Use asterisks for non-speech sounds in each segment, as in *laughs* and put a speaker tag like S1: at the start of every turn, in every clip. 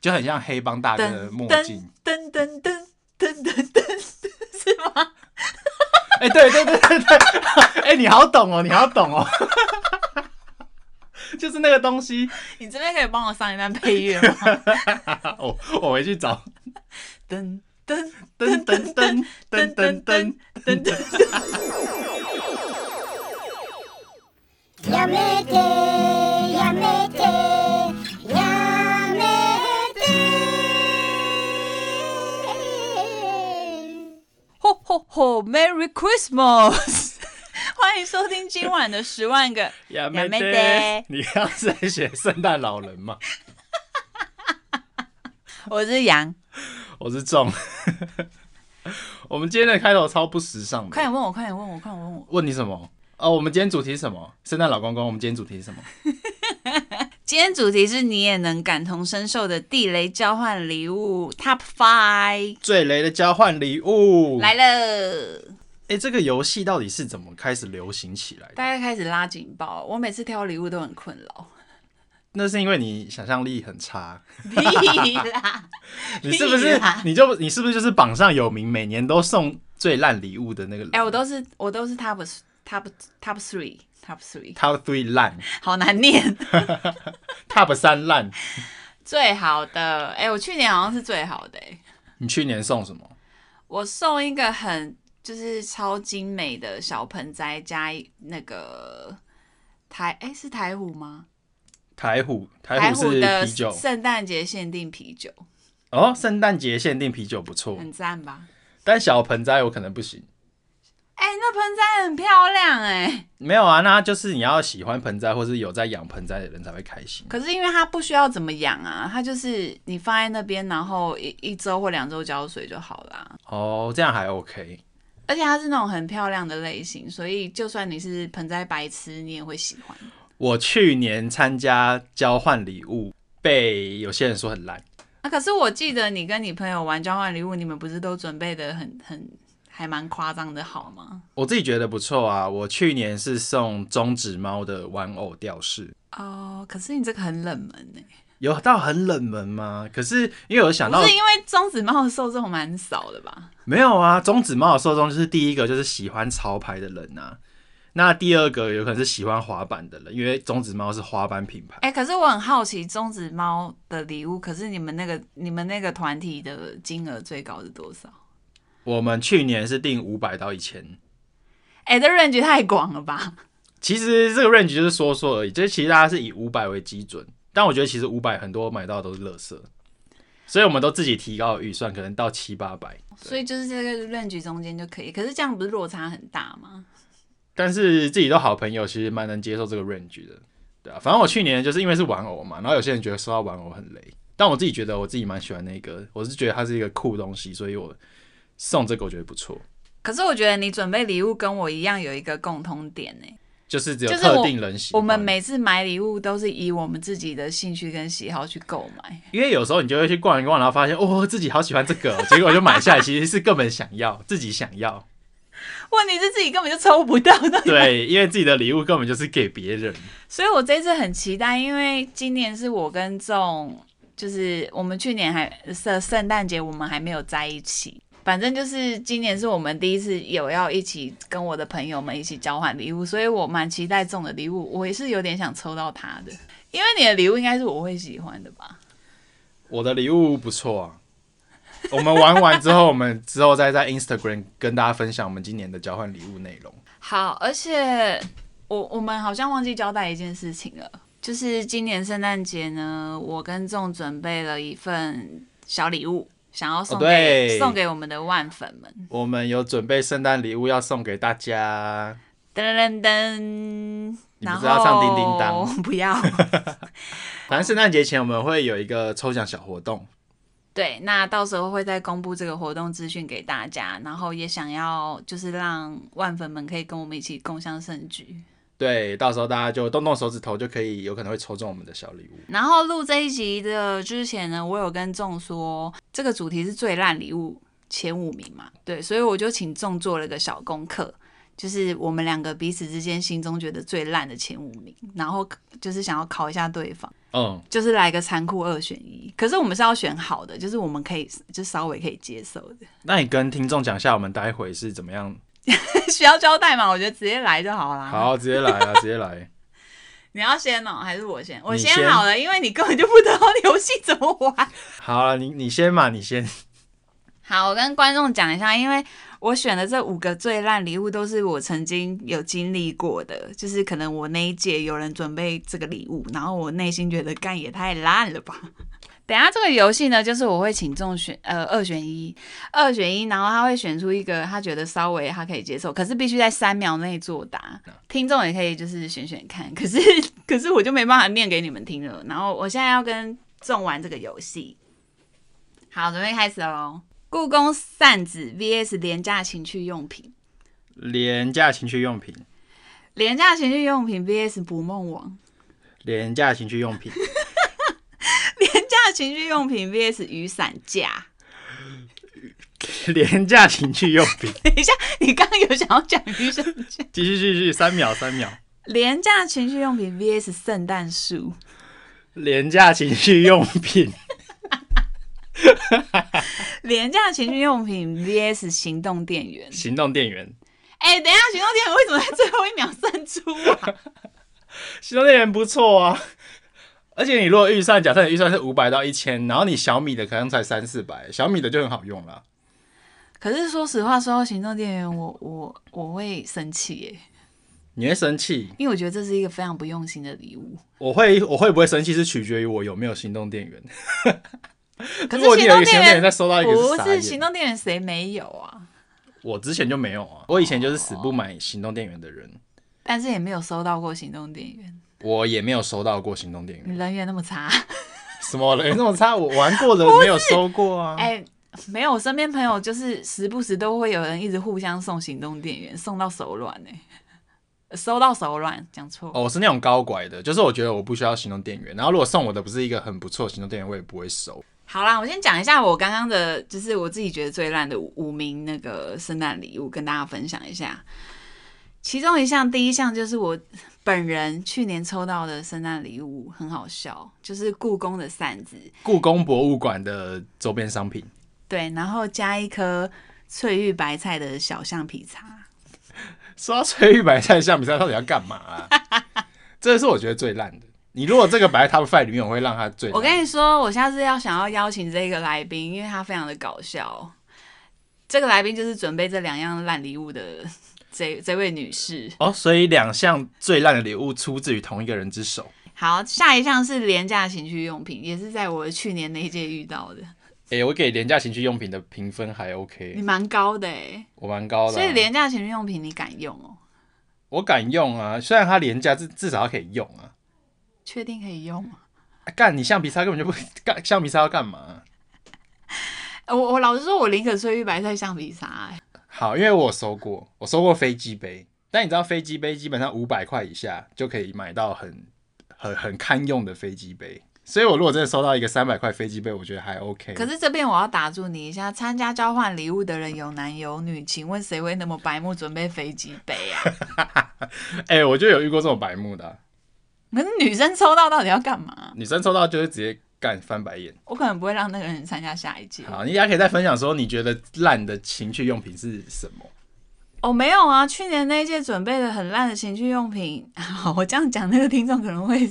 S1: 就很像黑帮大哥的墨镜。
S2: 噔噔噔噔噔噔，是吗？
S1: 哎、对对对对对， *laughs* 哎、你好懂哦，你好懂哦， *laughs* 就是那个东西。
S2: 你这边可以帮我上一段配乐吗？ *laughs*
S1: 啊我我回去找。
S2: 噔噔
S1: 噔噔噔噔噔噔。
S2: 噔噔。
S3: やめてやめてやめて
S2: 吼吼吼！Merry Christmas！欢 *laughs* 迎收听今晚的十万个
S1: *laughs* 亚
S2: 美
S1: 美
S2: 得
S1: 得，你刚刚是在写圣诞老人吗？ *laughs*
S2: 我是杨，
S1: 我是仲。 *laughs* 我们今天的开头超不时尚的。
S2: 快点问我，快点问我，快点问我。
S1: 问你什么？哦，我们今天主题是什么？圣诞老公公。我们今天主题是什么？
S2: 今天主题是你也能感同身受的地雷交换礼物 Top Five
S1: 最雷的交换礼物。
S2: 来了，
S1: 哎、这个游戏到底是怎么开始流行起来的？
S2: 大家开始拉警报。我每次挑礼物都很困扰，
S1: 那是因为你想象力很
S2: *laughs*
S1: 差，
S2: 屁啦！
S1: 你是不是
S2: 啦？
S1: 你就你是不是就是榜上有名，每年都送最烂礼物的那个
S2: *laughs*
S1: 人？
S2: 哎、我都是我都是 Top Top Top Three Top Three，
S1: top three 烂
S2: *laughs* 好难念。
S1: ，top 三烂。
S2: 最好的，哎、我去年好像是最好的、哎
S1: 你去年送什么？
S2: 我送一个很就是超精美的小盆栽加一那个台，哎、是台虎吗？
S1: 台虎，
S2: 台
S1: 台虎是
S2: 的
S1: 啤酒
S2: 圣诞节限定啤酒，
S1: 哦，圣诞节限定啤酒不错，
S2: 很赞吧？
S1: 但小盆栽我可能不行。
S2: 哎、那盆栽很漂亮哎、
S1: 没有啊，那就是你要喜欢盆栽，或是有在养盆栽的人才会开心。
S2: 可是因为它不需要怎么养啊，它就是你放在那边，然后一一周或两周浇水就好啦。
S1: 哦，这样还 OK。
S2: 而且它是那种很漂亮的类型，所以就算你是盆栽白痴，你也会喜欢。
S1: 我去年参加交换礼物，被有些人说很烂。
S2: 啊，可是我记得你跟你朋友玩交换礼物，你们不是都准备的很很还蛮夸张的好吗？
S1: 我自己觉得不错啊！我去年是送中指猫的玩偶吊饰，
S2: 哦，可是你这个很冷门欸呢、
S1: 有到很冷门吗？可是因为我想到
S2: 啊不是因为中子猫的受众蛮少的吧？
S1: 没有啊，中指猫的受众就是第一个就是喜欢潮牌的人啊，那第二个有可能是喜欢滑板的人，因为中指猫是滑板品牌。
S2: 哎、可是我很好奇中子猫的礼物，可是你们那个你们那个团体的金额最高是多少？
S1: 我们去年是定五百到一千，
S2: 哎、这 range 太广了吧？
S1: 其实这个 range 就是说说而已，就是其实大家是以五百为基准，但我觉得其实五百很多买到的都是垃圾，所以我们都自己提高了预算，可能到七八百。
S2: 所以就是这个 range 中间就可以，可是这样不是落差很大吗？
S1: 但是自己都好朋友，其实蛮能接受这个 range 的，对啊。反正我去年就是因为是玩偶嘛，然后有些人觉得收到玩偶很雷，但我自己觉得我自己蛮喜欢那个，我是觉得它是一个酷东西，所以我送这个我觉得不错，
S2: 可是我觉得你准备礼物跟我一样有一个共通点呢、
S1: 就是只有
S2: 就是
S1: 特定人喜欢。
S2: 我们每次买礼物都是以我们自己的兴趣跟喜好去购买，
S1: 因为有时候你就会去逛一逛，然后发现哦自己好喜欢这个哦，结果就买 *laughs* 下来，其实是根本想要自己想要，
S2: 问题是自己根本就抽不到的。
S1: 对，因为自己的礼物根本就是给别人。
S2: *laughs* 所以我这次很期待，因为今年是我跟仲，就是我们去年还圣圣诞节我们还没有在一起。反正就是今年是我们第一次有要一起跟我的朋友们一起交换礼物，所以我蛮期待中的礼物，我也是有点想抽到他的，因为你的礼物应该是我会喜欢的吧？
S1: 我的礼物不错 *laughs* 啊。我们玩完之后，我们之后再在 Instagram 跟大家分享我们今年的交换礼物内容。
S2: 好，而且我我们好像忘记交代一件事情了，就是今年圣诞节呢，我跟仲准备了一份小礼物，想要送
S1: 哦
S2: 给、
S1: 对
S2: 送给我们的万粉们。
S1: 我们有准备圣诞礼物要送给大家，
S2: 噔噔噔，
S1: 你
S2: 然
S1: 不
S2: 后
S1: 是要唱叮叮当 *laughs*
S2: 不要。
S1: 反正圣诞节前我们会有一个抽奖小活动，
S2: 对，那到时候会再公布这个活动资讯给大家，然后也想要就是让万粉们可以跟我们一起共襄盛举。
S1: 对，到时候大家就动动手指头就可以，有可能会抽中我们的小礼物。
S2: 然后录这一集的之前呢，我有跟仲说这个主题是最烂礼物前五名嘛，对，所以我就请仲做了个小功课，就是我们两个彼此之间心中觉得最烂的前五名，然后就是想要考一下对方，
S1: 嗯，
S2: 就是来个残酷二选一。可是我们是要选好的，就是我们可以就稍微可以接受的，
S1: 那你跟听众讲一下，我们待会是怎么样？
S2: 需要交代吗？我觉得直接来就好啦。，
S1: 好，直接来啊， *laughs* 直接来。
S2: 你要先哦、还是我先？我
S1: 你先
S2: 好了，因为你根本就不知道游戏怎么玩。
S1: 好了，你你先嘛，你先。
S2: 好，我跟观众讲一下，因为我选的这五个最烂礼物都是我曾经有经历过的，就是可能我那一届有人准备这个礼物，然后我内心觉得干也太烂了吧。 *laughs* 等一下这个游戏呢，就是我会请众选，呃，二选一，二选一，然后他会选出一个他觉得稍微他可以接受，可是必须在三秒内作答。听众也可以就是选选看，可是 *laughs* 可是我就没办法念给你们听了。然后我现在要跟众玩这个游戏，好，准备开始喽。故宫扇子 VS 廉价情趣用品，
S1: 廉价情趣用品，
S2: 廉价情趣用品 VS 捕梦网，
S1: 廉价情趣用品， *laughs*
S2: 廉价情趣用品 VS 雨伞架。
S1: 廉价情趣用 *laughs* 品。
S2: 等一下，你刚刚有想要讲雨伞架？
S1: 继续继续，三秒三秒。
S2: 廉价情趣用品 VS 圣诞树，
S1: 廉价情趣用品，
S2: 廉价情趣用品 VS 行动电源。
S1: 行动电源，
S2: 哎、等一下，行动电源为什么在最后一秒胜出啊？
S1: 行动电源不错啊。 *laughs* 而且你如果预算，假设你预算是五百到一千，然后你小米的可能才三四百，小米的就很好用了。
S2: 可是说实话，说到行动电源，我我我会生气耶，
S1: 你会生气，
S2: 因为我觉得这是一个非常不用心的礼物。
S1: 我会我会不会生气是取决于我有没有行动电源。
S2: 可
S1: 如果
S2: 是
S1: 你
S2: 行
S1: 有一个行动
S2: 动电
S1: 电源
S2: 源
S1: 再收到一个是傻
S2: 不是
S1: 眼
S2: 行动电源，谁没有啊？
S1: 我之前就没有啊，我以前就是死不买行动电源的人，
S2: 但是也没有收到过行动电源，
S1: 我也没有收到过行动电源。
S2: 你人缘那么差，
S1: 什么人这么差？我玩过的没有收过啊。
S2: *laughs* 哎、没有，我身边朋友就是时不时都会有人一直互相送行动电源，送到手软呢、收到手软，讲错。
S1: 哦，我是那种高拐的，就是我觉得我不需要行动电源，然后如果送我的不是一个很不错的行动电源，我也不会收。
S2: 好啦，我先讲一下我刚刚的，就是我自己觉得最烂的五五名那个圣诞礼物，跟大家分享一下。其中一项，第一项就是我本人去年抽到的圣诞礼物，很好笑，就是故宫的扇子，
S1: 故宫博物馆的周边商品，
S2: 对，然后加一颗翠玉白菜的小橡皮擦。
S1: 说到翠玉白菜橡皮擦到底要干嘛、啊？这是我觉得最烂的。你如果这个摆在 Top Five 里面，我会让它最烂。
S2: 我跟你说，我下次要想要邀请这个来宾，因为他非常的搞笑。这个来宾就是准备这两样烂礼物的这这位女士。
S1: 哦，所以两项最烂的礼物出自于同一个人之手。
S2: 好，下一项是廉价情趣用品，也是在我去年那一届遇到的，
S1: 哎、我给廉价情趣用品的评分还
S2: 你
S1: OK，
S2: 蛮高的哎、
S1: 我蛮高的啊、
S2: 所以廉价情趣用品你敢用哦？
S1: 我敢用啊，虽然它廉价，至至少它可以用啊。
S2: 确定可以用吗？
S1: 啊干、你橡皮擦根本就不 *laughs* 干，橡皮擦要干嘛、啊
S2: 呃我我老实说，我宁可翠玉白菜橡皮擦、欸，
S1: 好，因为我收过，我收过飞机杯，但你知道飞机杯基本上五百块以下就可以买到很很很堪用的飞机杯，所以我如果真的收到一个三百块飞机杯，我觉得还 OK。
S2: 可是这边我要打住你一下，参加交换礼物的人有男有女，请问谁会那么白目准备飞机杯
S1: *laughs*
S2: 啊？
S1: 哎、我就有遇过这种白目的啊、
S2: 可是女生抽到到底要干嘛？
S1: 女生抽到就会直接干翻白眼。
S2: 我可能不会让那个人参加下一届。
S1: 好，你大家可以再分享说你觉得烂的情趣用品是什么？
S2: 哦，没有啊，去年那一届准备的很烂的情趣用品。 *laughs* 好，我这样讲，那个听众可能会， *laughs* 因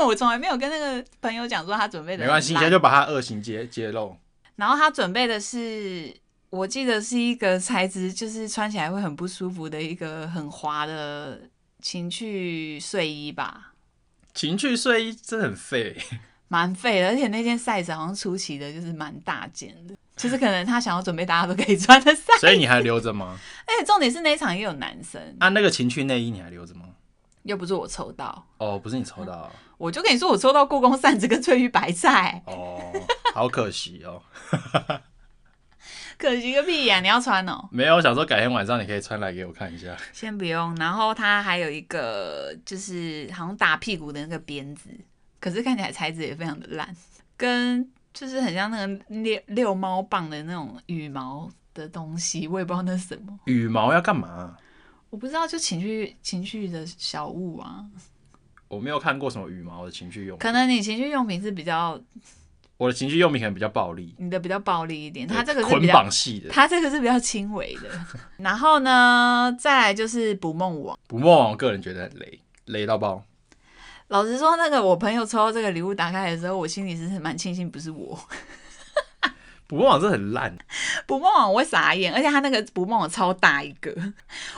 S2: 为我从来没有跟那个朋友讲说他准备的。
S1: 没关系，你现在就把它恶行揭揭露。
S2: 然后他准备的是，我记得是一个材质，就是穿起来会很不舒服的一个很滑的情趣睡衣吧，
S1: 情趣睡衣真的很废，
S2: 蛮废的。而且那件 size 好像出奇的就是蛮大件的，就是可能他想要准备大家都可以穿的 size。
S1: 所以你还留着吗？
S2: *laughs*
S1: *laughs*
S2: 而且重点是那一场也有男生，
S1: 啊，那个情趣内衣你还留着吗？
S2: 又不是我抽到，
S1: 哦，不是你抽到啊、
S2: 我就跟你说我抽到故宫扇子跟翠玉白菜，
S1: 哦，好可惜哦。
S2: 可惜个屁呀、你要穿哦，
S1: 没有，我想说改天晚上你可以穿来给我看一下。
S2: 先不用。然后它还有一个就是好像打屁股的那个鞭子，可是看起来材质也非常的烂，跟就是很像那个遛遛猫棒的那种羽毛的东西，我也不知道那是什么，
S1: *laughs* 羽毛要干嘛？
S2: 我不知道，就情绪情绪的小物啊，
S1: 我没有看过什么羽毛的情趣用品。
S2: 可能你情绪用品是比较
S1: 我的情绪用品可能比较暴力，
S2: 你的比较暴力一点，他这个是
S1: 捆
S2: 比较
S1: 绑，系的。
S2: 他这个是比较轻微
S1: *laughs*
S2: 的。然后呢，再来就是捕梦网。
S1: 捕梦网，我个人觉得很雷，雷到爆。
S2: 老实说，那个我朋友抽到这个礼物打开的时候，我心里是蛮庆幸不是我。
S1: 捕梦网真的很烂，
S2: 捕梦网我会傻眼，而且他那个捕梦网超大一个，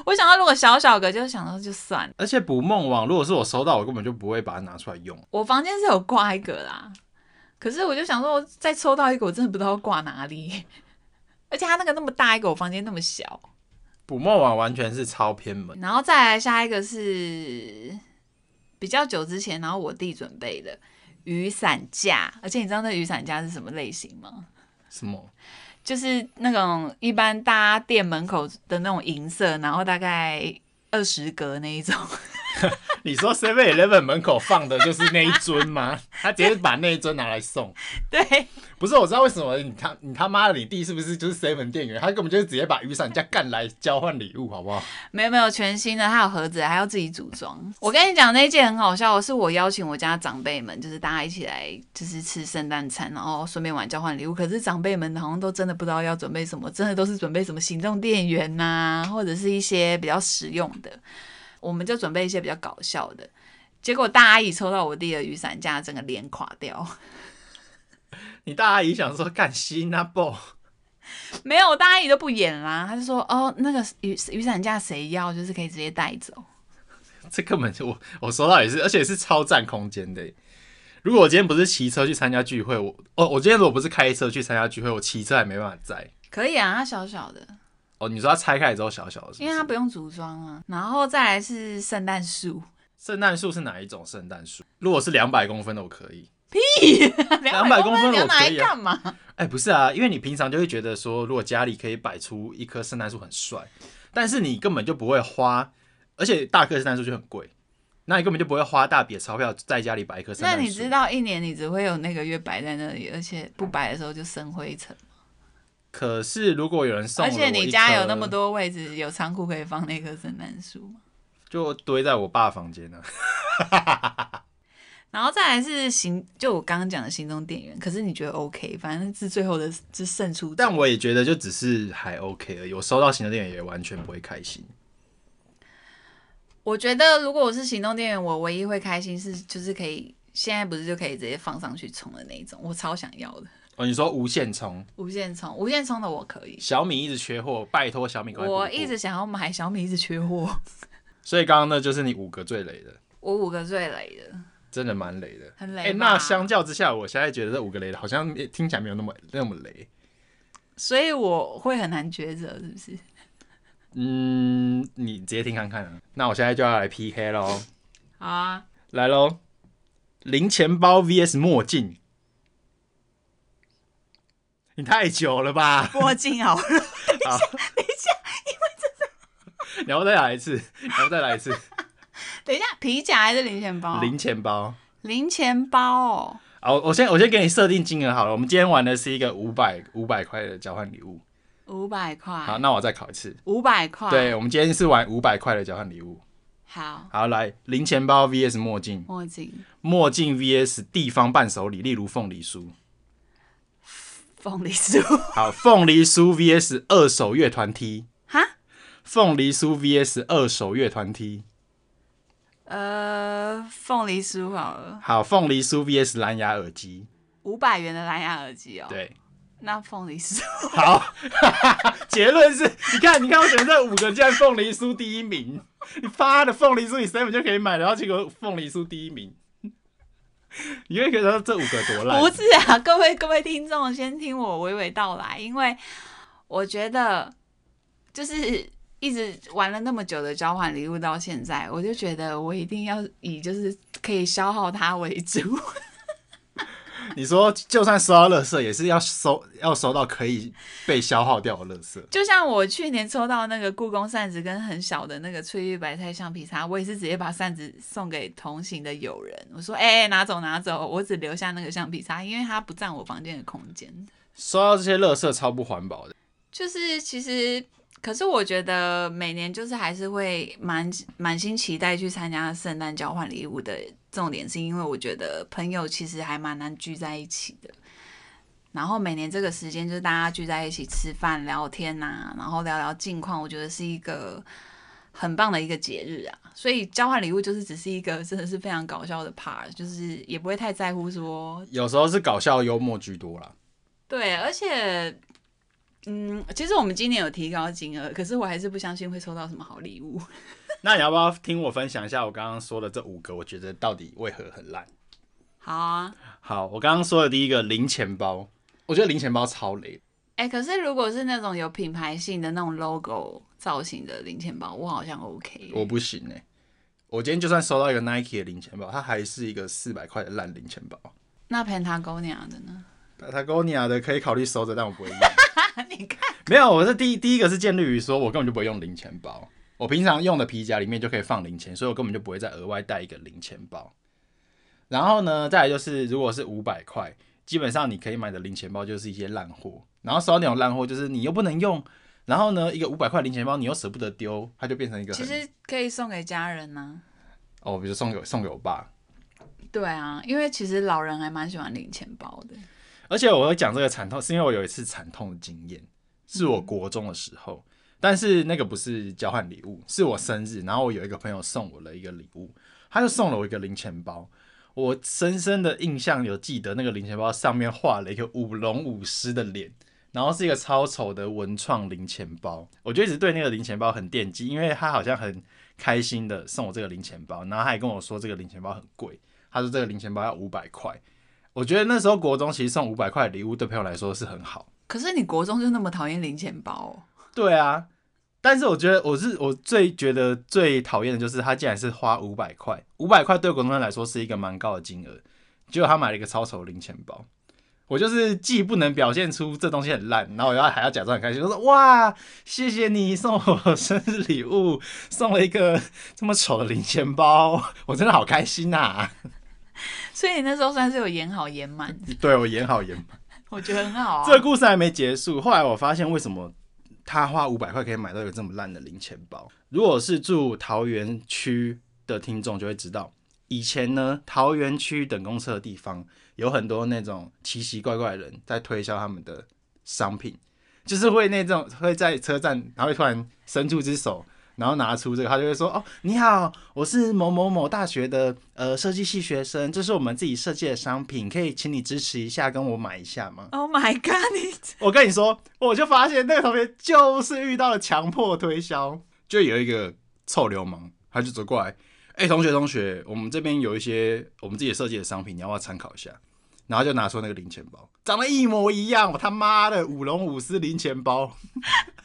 S2: 我想到如果小小个，就想到就算了。
S1: 而且捕梦网如果是我收到，我根本就不会把它拿出来用。
S2: 我房间是有挂一个啦，可是我就想说，我再抽到一个，我真的不知道挂哪里。 *laughs* 而且他那个那么大一个，我房间那么小。
S1: 捕梦网完全是超偏门，
S2: 然后再来下一个是比较久之前，然后我弟准备的雨伞架，而且你知道那雨伞架是什么类型吗？
S1: 什么
S2: 就是那种一般大家店门口的那种银色，然后大概二十格那一种。 *laughs*
S1: 你说 Seven Eleven 门口放的就是那一尊吗？ *laughs* 他直接把那一尊拿来送。
S2: 对，
S1: 不是，我知道为什么你他你他妈的，你弟是不是就是 Seven 店员？他根本就是直接把雨伞加干来交换礼物，好不好？
S2: 没有没有全新的，还有盒子，还要自己组装。我跟你讲那一件很好笑，是我邀请我家长辈们，就是大家一起来，就是吃圣诞餐，然后顺便玩交换礼物。可是长辈们好像都真的不知道要准备什么，真的都是准备什么行动电源呐、或者是一些比较实用的。我们就准备一些比较搞笑的。结果大阿姨抽到我弟的雨伞架，整个脸垮掉。 *laughs*
S1: 你大阿姨想说干西那不？
S2: 没有，大阿姨都不演啦，她就说哦，那个雨雨伞架谁要，就是可以直接带走。
S1: *laughs* 这根本就我我收到也是，而且是超占空间的耶。如果我今天不是骑车去参加聚会，我哦，我今天如果不是开车去参加聚会，我骑车还没办法载。
S2: 可以啊，它小小的，
S1: 哦，你说它拆开来之后小小的是不是，
S2: 因为它不用组装啊。然后再来是圣
S1: *laughs*
S2: 诞树，
S1: 圣诞树是哪一种圣诞树？如果是两百公分的，我可以。
S2: 两
S1: 200
S2: 百
S1: 公分
S2: 你要
S1: 我
S2: 拿
S1: 可
S2: 来
S1: 以啊
S2: 干嘛？
S1: 哎、不是啊，因为你平常就会觉得说，如果家里可以摆出一棵圣诞树很帅，但是你根本就不会花，而且大棵圣诞树就很贵，那你根本就不会花大笔的钞票在家里摆一 *laughs* 棵圣
S2: 那
S1: 诞树。
S2: 你知道一年你只会有那个月摆在那里，而且不摆的时候就生灰尘。
S1: 可是如果有人送，
S2: 而且你家有那么，多位置，有仓库可以放那棵圣诞树吗？
S1: 就堆在我爸房间呢、啊
S2: 然后再来是行，就我刚刚讲的行动电源，可是你觉得 OK，反正是最后的是胜出者。
S1: 但我也觉得就只是还 OK 而已。我收到行动电源也完全不会开心。
S2: 我觉得如果我是行动电源，我唯一会开心是就是可以现在不是就可以直接放上去充的那一种，我超想要的
S1: 哦，你说无线充，
S2: 无线充，无线充的我可以。
S1: 小米一直缺货，拜托小米快补货
S2: 我一直，想要买小米，一直
S1: *laughs*
S2: 缺货。
S1: 所以刚刚那就是你五个最雷的，
S2: 我五个最雷的，
S1: 真的蛮雷的。
S2: 很
S1: 哎、
S2: 雷吧。
S1: 那相较之下，我现在觉得这五个雷的好像也听起来没有那么那么雷。
S2: 所以我会很难抉择，是
S1: *laughs*
S2: 不是？
S1: 嗯，你直接听看看啊。那我现在就要来 PK 喽，
S2: 好啊，
S1: 来喽，零钱包 VS 墨镜。你太久了吧？ *laughs*
S2: 墨镜好了， *laughs*
S1: 你要不再来一次？你要不再来一次？
S2: 等一下，皮夹还是零钱包？
S1: 零钱包。
S2: 零钱包哦，
S1: 好，我我先我先给你设定金额好了。我们今天玩的是一个五百五百块的交换礼物。
S2: 五百
S1: 好，
S2: 块，
S1: 那我再考一次。
S2: 五百块，
S1: 对，，我们今天是玩五百块的交换礼物。
S2: 好，
S1: 好，来零钱包 VS 墨镜，
S2: 墨镜，
S1: 墨镜 VS 地方伴手礼，例如凤梨酥。
S2: 凤梨酥， *laughs*
S1: 好，凤梨酥 VS 二手乐团 T，
S2: 哈，
S1: 凤梨酥 VS 二手乐团 T。
S2: 呃，凤梨酥好了，
S1: 好，凤梨酥 VS 蓝牙耳机。
S2: 五百元的蓝牙耳机哦，，
S1: 对，
S2: 那凤梨酥，
S1: 好， *laughs* 结论是，你看，你看，我选这五个，竟然凤梨酥第一名。你发的凤梨酥，你 seven 就可以买，然后结果凤梨酥第一名。你会觉得这五个多烂？
S2: 不是啊， *laughs* 各位各位听众，先听我娓娓道来，因为我觉得就是一直玩了那么久的交换礼物到现在，我就觉得我一定要以就是可以消耗它为主。 *laughs*
S1: 你说就算收到垃圾，也是要收要收到可以被消耗掉的垃圾。
S2: 就像我去年抽到那个故宫扇子跟很小的那个翠玉白菜橡皮擦，我也是直接把扇子送给同行的友人，我说：“哎、拿走拿走，我只留下那个橡皮擦，因为它不占我房间的空间。”
S1: 收到这些垃圾超不环保的。
S2: 就是其实，可是我觉得每年就是还是会蛮满心期待去参加圣诞交换礼物的。重点是因为我觉得朋友其实还蛮难聚在一起的，然后每年这个时间就是大家聚在一起吃饭聊天呐、然后聊聊近况，我觉得是一个很棒的一个节日啊。所以交换礼物就是只是一个真的是非常搞笑的 part，就是也不会太在乎说
S1: 有时候是搞笑幽默居多啦。
S2: 对，而且，嗯，其实我们今年有提高金额，可是我还是不相信会收到什么好礼物。 *laughs*
S1: 那你要不要听我分享一下我刚刚说的这五个？我觉得到底为何很烂？
S2: 好啊，
S1: 好，我刚刚说的第一个零钱包，我觉得零钱包超雷。
S2: 哎、可是如果是那种有品牌性的那种 logo 造型的零钱包，我好像 OK。
S1: 我不行哎、我今天就算收到一个 Nike 的零钱包，它还是一个四百块的烂零钱包。
S2: 那 Patagonia 的呢？
S1: Patagonia 的可以考虑收着，但我不会用。
S2: *laughs* 你看，
S1: 没有，我是第第一个是建立于说我根本就不会用零钱包，我平常用的皮夹里面就可以放零钱，所以我根本就不会再额外带一个零钱包。然后呢，再来就是如果是五百块，基本上你可以买的零钱包就是一些烂货，然后收到那种烂货就是你又不能用，然后呢，一个五百块零钱包你又舍不得丢，它就变成一个
S2: 其
S1: 很
S2: 实可以送给家人呢、
S1: 哦，比如送给送给我爸，
S2: 对啊，因为其实老人还蛮喜欢零钱包的。
S1: 而且我会讲这个惨痛，是因为我有一次惨痛的经验，是我国中的时候，但是那个不是交换礼物，是我生日，然后我有一个朋友送我了一个礼物，他就送了我一个零钱包，我深深的印象有记得那个零钱包上面画了一个舞龙舞狮的脸。然后是一个超丑的文创零钱包，我就一直对那个零钱包很惦记，因为他好像很开心的送我这个零钱包，然后他还跟我说这个零钱包很贵，他说这个零钱包要五百块，我觉得那时候国中其实送五百块的礼物对朋友来说是很好。
S2: 可是你国中就那么讨厌零钱包、哦？
S1: 对啊，但是我觉得我是我最觉得最讨厌的就是他竟然是花五百块，五百块对国中生来说是一个蛮高的金额，结果他买了一个超丑的零钱包。我就是既不能表现出这东西很烂，然后我要还要假装很开心，我说哇，谢谢你送我生日礼物，送了一个这么丑的零钱包，我真的好开心啊呐、
S2: 所以你那时候算是有演好演满，
S1: 对我演好演满
S2: 我觉得很好啊。
S1: 这个故事还没结束。后来我发现，为什么他花五百块可以买到一个这么烂的零钱包？如果是住桃园区的听众就会知道，以前呢，桃园区等公车的地方有很多那种奇奇怪怪的人在推销他们的商品，就是会那种会在车站，然后会突然伸出一只手。然后拿出这个，他就会说：“哦，你好，我是某某某大学的呃设计系学生，这是我们自己设计的商品，可以请你支持一下，跟我买一下吗？”
S2: Oh my god！你
S1: 我跟你说，我就发现那个同学就是遇到了强迫推销，就有一个臭流氓，他就走过来，哎、同学同学，我们这边有一些我们自己设计的商品，你要不要参考一下？然后就拿出那个零钱包，长得一模一样，我他妈的舞龙舞狮零钱包，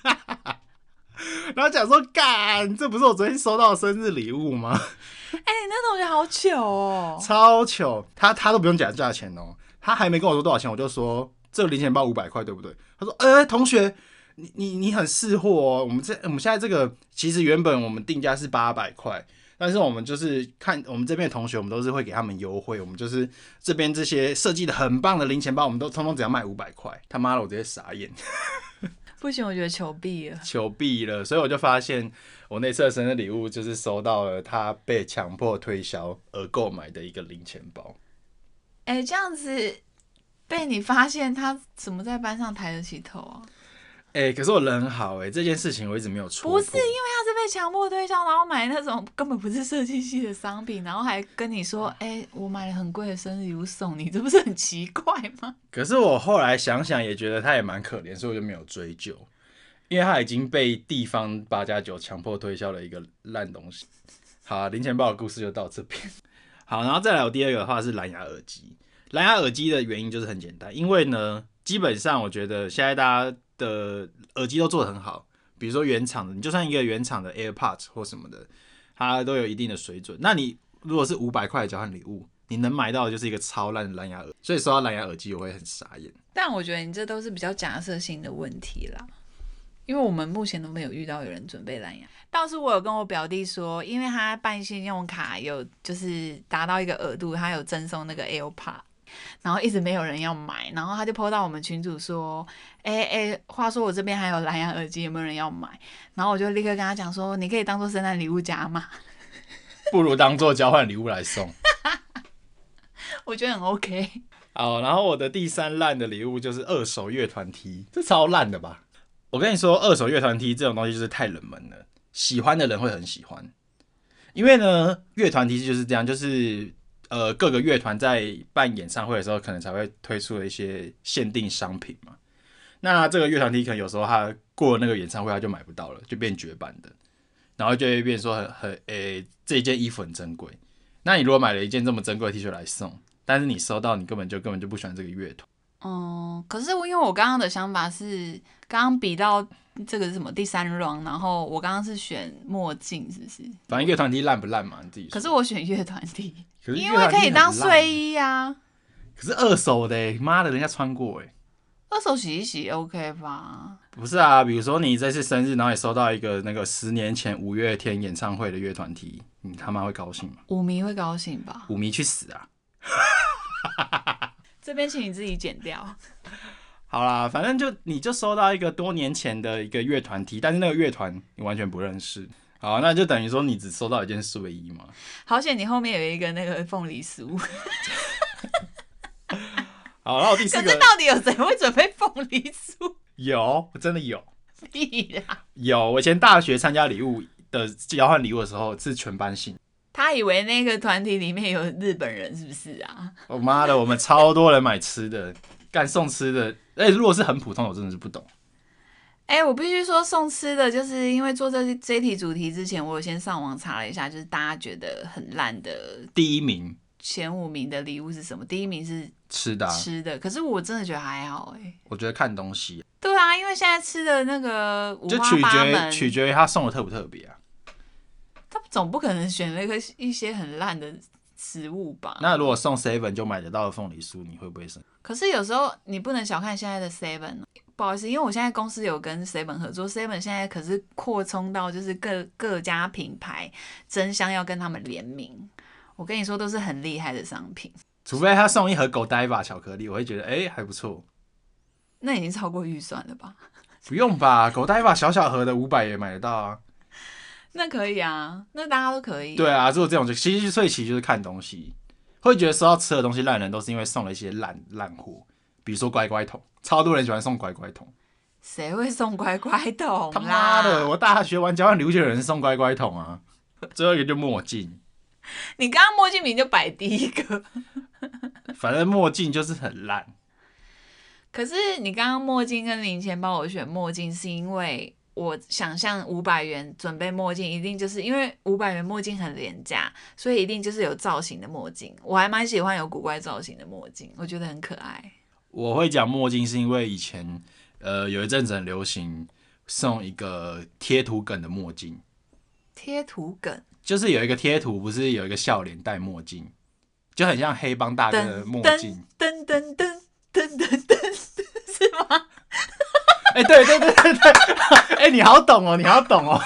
S1: *laughs* 然后讲说，干，这不是我昨天收到的生日礼物吗？
S2: 哎、你那同学好糗哦。
S1: 超糗，他他都不用讲价钱哦，他还没跟我说多少钱，我就说这个零钱包五百块，对不对？他说，呃、同学，你你你很识货哦，我们这我们现在这个其实原本我们定价是八百块。但是我们就是看我们这边的同学，我们都是会给他们优惠。我们就是这边这些设计的很棒的零钱包，我们都通通只要卖五百块。他妈的，我直接傻眼，
S2: 不行，我觉得糗毙了。
S1: 求毙了。所以我就发现，我那次的生日礼物就是收到了他被强迫推销而购买的一个零钱包。
S2: 哎、这样子被你发现，他怎么在班上抬得起头啊？
S1: 哎、可是我人很好哎、这件事情我一直没有戳破。
S2: 不是，因为他是被强迫推销，然后买那种根本不是设计系的商品，然后还跟你说：“哎、我买了很贵的生日礼物送你，这不是很奇怪吗
S1: 可是我后来想想也觉得他也蛮可怜，所以我就没有追究，因为他已经被地方八加九强迫推销了一个烂东西。好啊、零钱包的故事就到这边。好，然后再来我第二个的话是蓝牙耳机。蓝牙耳机的原因就是很简单，因为呢，基本上我觉得现在大家的耳机都做得很好，比如说原厂的，你就算一个原厂的 AirPods 或什么的，它都有一定的水准。那你如果是五百块的交换礼物，你能买到的就是一个超烂的蓝牙耳，所以收到蓝牙耳机我会很傻眼。？”
S2: 但我觉得你这都是比较假设性的问题啦。因为我们目前都没有遇到有人准备蓝牙，倒是我有跟我表弟说，因为他办信用卡有就是达到一个额度，他有赠送那个 AirPod，然后一直没有人要买，然后他就 PO 到我们群主说，哎、哎、话说我这边还有蓝牙耳机，有没有人要买？然后我就立刻跟他讲说，你可以当做圣诞礼物夹 *laughs* 嘛，
S1: 不如当做交换礼物来送。
S2: 我觉得很 OK。
S1: 好，然后我的第三烂的礼物就是二手乐团 T，这超烂的吧？我跟你说，二手乐团 T 这种东西就是太冷门了，喜欢的人会很喜欢。因为呢，乐团 T 就是这样，就是呃各个乐团在办演唱会的时候，可能才会推出的一些限定商品嘛。那这个乐团 T 可能有时候他过了那个演唱会，他就买不到了，就变绝版的，然后就会变说很很诶、这件衣服很珍贵。那你如果买了一件这么珍贵的 T 恤来送，但是你收到，你根本就根本就不喜欢这个乐团。
S2: 哦、可是我因为我刚刚的想法是，刚刚比到这个是什么第三 round，然后我刚刚是选墨镜，是不是？
S1: 反正乐团 T 烂不烂嘛，你自己说。
S2: 可是我选乐团 T，
S1: *laughs* 可是
S2: 因
S1: 乐
S2: 为
S1: 团 T
S2: 可以当
S1: 很烂欸
S2: 睡，衣啊，
S1: 可是二手的、欸，妈的，人家穿过哎、
S2: 二手洗一洗 OK 吧？
S1: 不是啊，比如说你这次生日，然后也收到一个那个十年前五月天演唱会的乐团 T，你他妈会高兴吗？
S2: 舞迷会高兴吧？
S1: 舞迷去死啊！
S2: 这边请你自己剪掉。
S1: 好啦，反正就你就收到一个多年前的一个乐团 T，但是那个乐团你完全不认识。好，那就等于说你只收到一件睡衣嘛。
S2: *laughs* 好险你后面有一个那个凤
S1: *laughs*
S2: 梨酥，
S1: 好，然后第四
S2: 可
S1: 个
S2: 是到底有谁会准备凤梨酥？
S1: 有，我真的有。
S2: 屁啦！
S1: 有，我以前大学参加礼物的交换礼物的时候是全班性。
S2: *laughs* 他以为那个团体里面有日本人是不是啊？
S1: 我、妈的，我们超多人买吃的， *laughs* 干送吃的。哎、如果是很普通，我真的是不懂。
S2: 哎、我必须说送吃的，就是因为做这这一题主题之前，我有先上网查了一下，就是大家觉得很烂的
S1: 第一名
S2: 前五名的礼物是什么？第一名是
S1: 吃的、啊，
S2: 吃的，可是我真的觉得还好哎、
S1: 我觉得看东西
S2: 对啊，因为现在吃的那个五
S1: 就
S2: 花
S1: 取
S2: 八
S1: 决
S2: 门，
S1: 取决于他送的特不特别啊。
S2: 他总不可能选那个一些很烂的食物吧？
S1: 那如果送 seven 就买得到的凤梨酥，你会不会生？
S2: 可是有时候你不能小看现在的 Seven，哦不好意思，因为我现在公司有跟 Seven 合作，Seven 现在可是扩充到就是各各家品牌争相要跟他们联名。我跟你说，都是很厉害的商品，
S1: 除非他送一盒狗呆吧巧克力，我会觉得哎、还不错。
S2: 那已经超过预算了吧？ *laughs*
S1: 不用吧，狗呆吧小小盒的五百也买得到啊。
S2: 那可以啊，那大家都可以。
S1: 对啊，如果这种就其实所以其实就是看东西，会觉得收到吃的东西烂人都是因为送了一些烂烂货，比如说乖乖桶，超多人喜欢送乖乖桶。
S2: 谁会送乖乖
S1: *laughs*
S2: 桶
S1: 他妈
S2: 啦？
S1: 的，我大学玩交换留学的人送乖乖桶啊。最后一个就墨镜，
S2: 你刚刚墨镜名就摆第一个，
S1: 反正墨镜就是很烂。
S2: 可是你刚刚墨镜跟零钱包，我选墨镜是因为我想象五百元准备墨镜，一定就是因为五百元墨镜很廉价，所以一定就是有造型的墨镜。我还蛮喜欢有古怪造型的墨镜，我觉得很可爱。
S1: 我会讲墨镜是因为以前呃有一阵子很流行送一个贴图梗的墨镜，
S2: 贴图梗，
S1: 就是有一个贴图不是有一个笑脸戴墨镜，就很像黑帮大哥的
S2: 噔
S1: 墨
S2: 噔
S1: 镜。
S2: 噔噔噔噔噔噔，是吗？
S1: 哎、对对对对对，哎、你好懂哦，你好懂哦，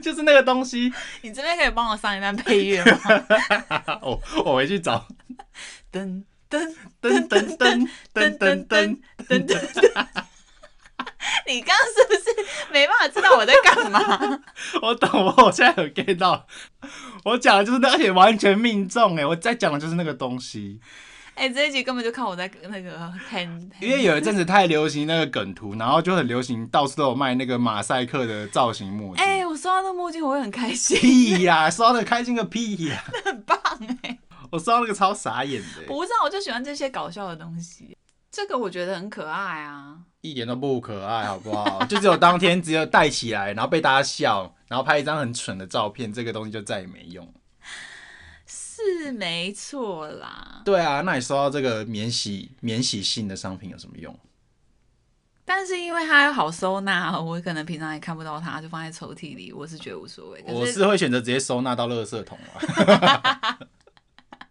S1: 就是那个东西，
S2: 你这边可以帮我上一段配乐吗？
S1: 哦，我回去找，
S2: 噔噔
S1: 噔噔噔噔噔噔，
S2: 噔噔噔。 *laughs* 你刚刚是不是没办法知道我在干嘛？
S1: 我懂，我现在有 get 到，我讲的就是那，而且完全命中，哎，我在讲的就是那个东西，
S2: 哎、这一集根本就看我在那个很，
S1: 因为有一阵子太流行那个梗图，然后就很流行，到处都有卖那个马赛克的造型墨镜。
S2: 哎、我收到那墨镜我会很开心，
S1: 屁呀、收到那个开心个屁呀、
S2: 很棒哎、
S1: 我收到那个超傻眼的、
S2: 我不知道，我就喜欢这些搞笑的东西，这个我觉得很可爱啊。
S1: 一点都不可爱，好不好？ *laughs* 就只有当天只有戴起来，然后被大家笑，然后拍一张很蠢的照片，这个东西就再也没用。
S2: 是没错啦，
S1: 对啊，那你收到这个免洗免洗性的商品有什么用？
S2: 但是因为它又好收纳，我可能平常也看不到它，就放在抽屉里，我是觉得无所谓。
S1: 我
S2: 可
S1: 是会选择直接收纳到垃圾桶啊。
S2: *laughs*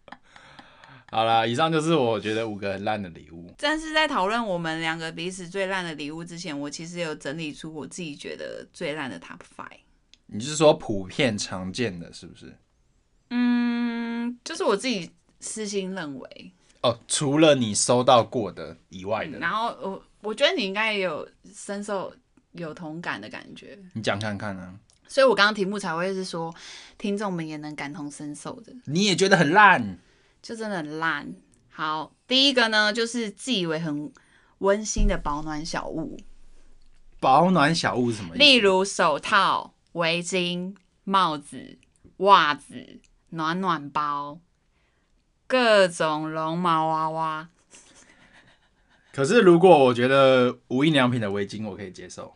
S1: 好啦，以上就是我觉得五个很烂的礼物。
S2: 但是在讨论我们两个彼此最烂的礼物之前，我其实有整理出我自己觉得最烂的 Top Five。
S1: 你是说普遍常见的是不是？
S2: 嗯，就是我自己私心认为，
S1: 哦，除了你收到过的以外的，
S2: 嗯然后我我觉得你应该也有深受有同感的感觉，
S1: 你讲看看啊。
S2: 所以我刚刚题目才会是说，听众们也能感同身受的。
S1: 你也觉得很烂，
S2: 就真的很烂。好，第一个呢，就是自以为很温馨的保暖小物，
S1: 保暖小物是什么意思？
S2: 例如手套、围巾、帽子、袜子、暖暖包，各种绒毛娃娃。
S1: 可是如果我觉得无印良品的围巾我可以接受，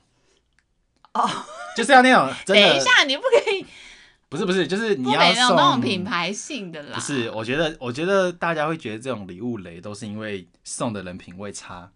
S2: 哦，
S1: 就是要那种真
S2: 等
S1: 的，
S2: 一下，你不可以
S1: 不是不是，就是你
S2: 不
S1: 要
S2: 能
S1: 送
S2: 用那种品，牌性的啦。
S1: 不是，我觉得我觉得大家会觉得这种礼物雷都是因为送的人品味差。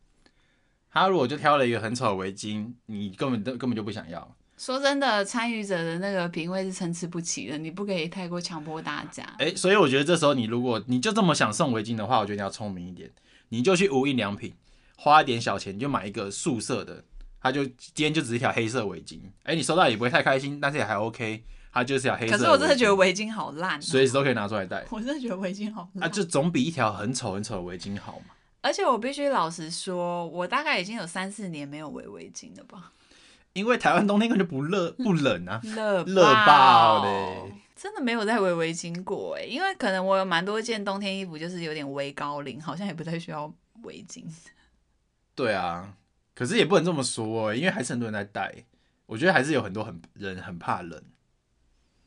S1: 他如果就挑了一个很丑的围巾，你根本都根本就不想要。
S2: 说真的，参与者的那个品味是参差不齐的，你不可以太过强迫大家。
S1: 哎、所以我觉得这时候你如果你就这么想送围巾的话，我觉得你要聪明一点，你就去无印良品花一点小钱，你就买一个素色的，它就今天就只是一条黑色围巾。哎、你收到也不会太开心，但是也还 OK，它就是条黑色。
S2: 可是我真的觉得，围巾好烂、哦
S1: 随时都可以拿出来戴
S2: 我真的觉得围巾好烂。
S1: 啊，就总比一条很丑很丑的围巾好嘛。
S2: 而且我必须老实说，我大概已经有三四年没有围围巾了吧，
S1: 因为台湾冬天根本就不热不冷啊，*laughs*
S2: 乐
S1: 热爆嘞！
S2: 真的没有再围围巾过哎、因为可能我有蛮多件冬天衣服，就是有点微高领，好像也不太需要围巾。
S1: 对啊，可是也不能这么说、欸因为还是很多人在戴。我觉得还是有很多很人很怕冷，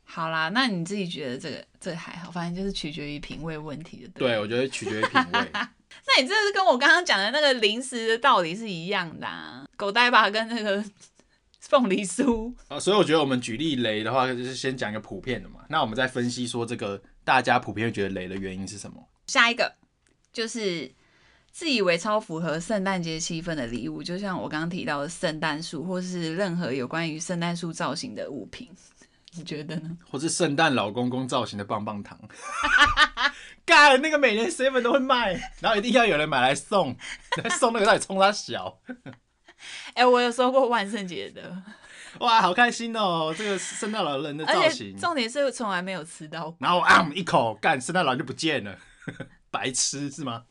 S2: 好啦，那你自己觉得这个这个还好，反正就是取决于品味问题的。不
S1: 对我觉得取决于品味。
S2: 那你这是跟我刚刚讲的那个零食的道理是一样的、啊，狗带吧跟那个 *laughs* 凤梨酥。
S1: 啊，所以我觉得我们举例雷的话，就是先讲一个普遍的嘛。那我们再分析说这个大家普遍会觉得雷的原因是什么？
S2: 下一个就是自以为超符合圣诞节气氛的礼物，就像我刚刚提到的圣诞树，或是任何有关于圣诞树造型的物品，你觉得呢？
S1: 或是圣诞老公公造型的棒棒糖， *laughs* 干那个每年 seven 都会卖，然后一定要有人买来送，送那个到底冲他小，
S2: *laughs* 哎、我有收过万圣节的，
S1: 哇，好开心哦！这个圣诞老人的造
S2: 而且
S1: 型，
S2: 重点是从来没有吃到过。
S1: 然后啊一口干，圣诞老人就不见了， *laughs* 白痴是吗？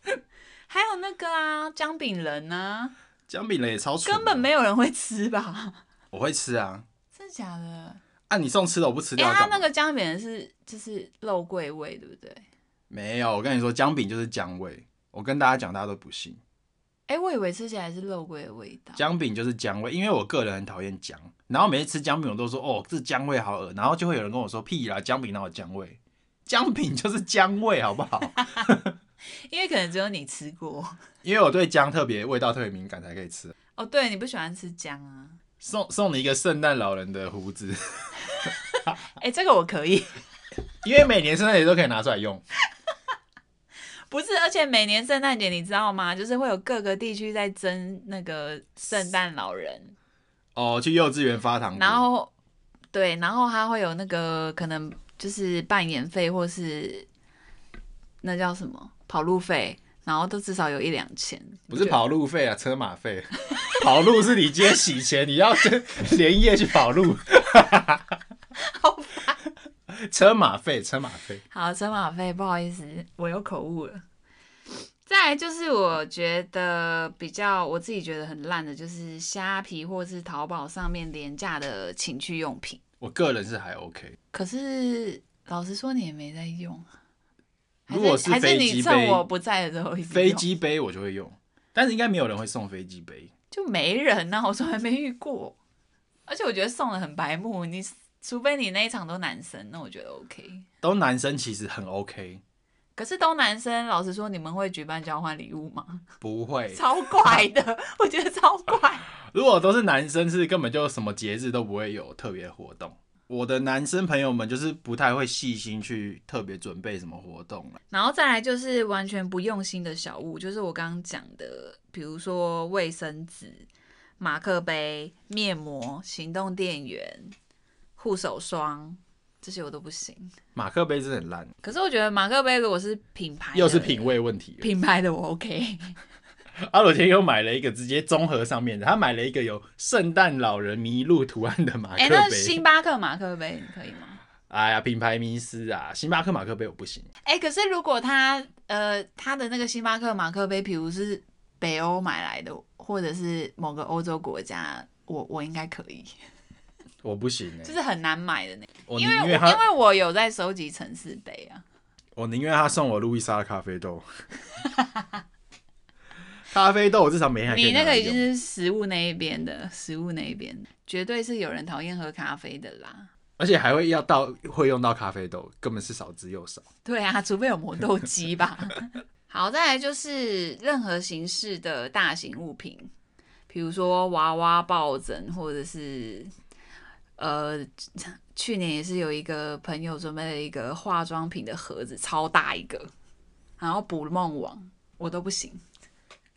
S2: 还有那个啊，姜饼人啊，
S1: 姜饼雷也超蠢的，
S2: 根本没有人会吃吧？ *laughs*
S1: 我会吃啊，
S2: 真的假的？
S1: 啊你送吃的我不吃
S2: 哎、
S1: 掉要
S2: 他
S1: 干嘛，
S2: 那个姜饼人是就是肉桂味，对不对？
S1: 没有，我跟你说姜饼就是姜味，我跟大家讲大家都不信。
S2: 哎、我以为吃起来是肉桂的味道。
S1: 姜饼就是姜味，因为我个人很讨厌姜，然后每次吃姜饼我都说哦，这姜味好恶，然后就会有人跟我说屁啦，姜饼哪有姜味？姜饼就是姜味，好不 *laughs* 好？
S2: 因为可能只有你吃过。
S1: 因为我对姜特别味道特别敏感才可以吃。
S2: 哦，对，你不喜欢吃姜啊？
S1: 送送你一个圣诞老人的胡子，
S2: 哎、这个我可以，
S1: 因为每年圣诞节都可以拿出来用。
S2: 不是，而且每年圣诞节你知道吗？就是会有各个地区在争那个圣诞老人，
S1: 哦，去幼稚园发糖果，
S2: 然后对，然后他会有那个可能就是扮演费或是那叫什么跑路费，然后都至少有一两千，
S1: 不是跑路费啊，车马费。 *laughs* 跑路是你今天洗钱，你要跟连夜去跑路。
S2: 好
S1: 车马费，车马费。
S2: 好，车马费，不好意思，我又口误了。再来就是我觉得比较我自己觉得很烂的，就是虾皮或是淘宝上面廉价的情趣用品。
S1: 我个人是还 OK。
S2: 可是老实说，你也没在用啊，还
S1: 如果
S2: 是
S1: 是
S2: 还是
S1: 飞
S2: 你
S1: 机
S2: 趁
S1: 杯
S2: 我不在的时候一直用
S1: 飞机杯我就会用，但是应该没有人会送飞机杯。
S2: 就没人呐、我从来没遇过。而且我觉得送的很白目，你除非你那一场都男生，那我觉得 OK。
S1: 都男生其实很 OK，
S2: 可是都男生，老实说，你们会举办交换礼物吗？
S1: 不会。
S2: 超怪的， *laughs* 我觉得超怪。
S1: 如果都是男生，是根本就什么节日都不会有特别活动。我的男生朋友们就是不太会细心去特别准备什么活动了。
S2: *laughs* 然后再来就是完全不用心的小物，就是我刚刚讲的，比如说卫生纸、马克杯、面膜、行动电源、护手霜。这些我都不行，
S1: 马克杯真的很烂，
S2: 可是我觉得马克杯如果是品牌的，
S1: 又是品味问题了。
S2: 品牌的我 OK，
S1: 阿鲁天又买了一个直接综合上面的，他买了一个有圣诞老人麋鹿图案的马
S2: 哎、
S1: 克
S2: 那
S1: 杯。
S2: 星巴克马克杯你可以吗？
S1: 哎呀，品牌迷失啊！星巴克马克杯我不行，
S2: 哎、可是如果他呃他的那个星巴克马克杯，比如是北欧买来的，或者是某个欧洲国家，我我应该可以，
S1: 我不行哎、
S2: 就是很难买的那，
S1: 我
S2: 因
S1: 宁
S2: 为我
S1: 愿他
S2: 因为我有在收集城市杯啊，
S1: 我宁愿他送我路易莎的咖啡豆。 *laughs* 咖啡豆我至少每天还可以
S2: 你
S1: 拿
S2: 那
S1: 来
S2: 个已经
S1: 用
S2: 是食物那一边的，食物那一边的绝对是有人讨厌喝咖啡的啦。
S1: 而且还会要到会用到咖啡豆，根本是少之又少。
S2: *laughs* 对啊，除非有磨豆机吧。 *laughs* 好，再来就是任何形式的大型物品，比如说娃娃、抱枕，或者是呃，去年也是有一个朋友准备了一个化妆品的盒子，超大一个，然后捕梦网我都不行，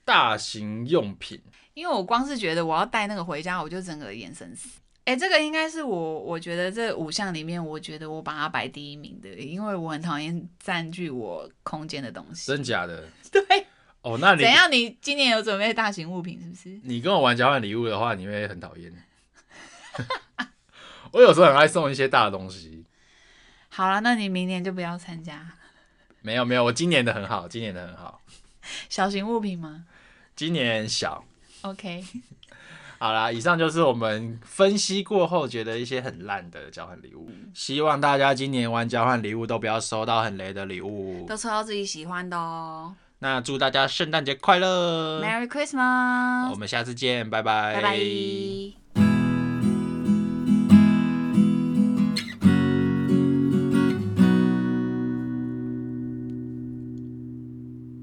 S1: 大型用品，
S2: 因为我光是觉得我要带那个回家，我就整个眼神死。哎、这个应该是我，我觉得这五项里面，我觉得我把它摆第一名的，因为我很讨厌占据我空间的东西。
S1: 真假的？
S2: *laughs* 对，
S1: 哦，那你
S2: 怎样？你今年有准备大型物品是不是？
S1: 你跟我玩交换礼物的话，你会很讨厌。 *laughs* 我有时候很爱送一些大的东西，
S2: 好了，那你明年就不要参加
S1: 没有没有，我今年的很好，今年的很好，
S2: 小型物品吗
S1: 今年小。
S2: ？OK，
S1: 好啦，以上就是我们分析过后觉得一些很烂的交换礼物，希望大家今年玩交换礼物都不要收到很雷的礼物。
S2: 都抽到自己喜欢的哦。
S1: 那祝大家圣诞节快乐，
S2: Merry
S1: 我
S2: Christmas，
S1: 们下次见，拜拜，
S2: 拜拜。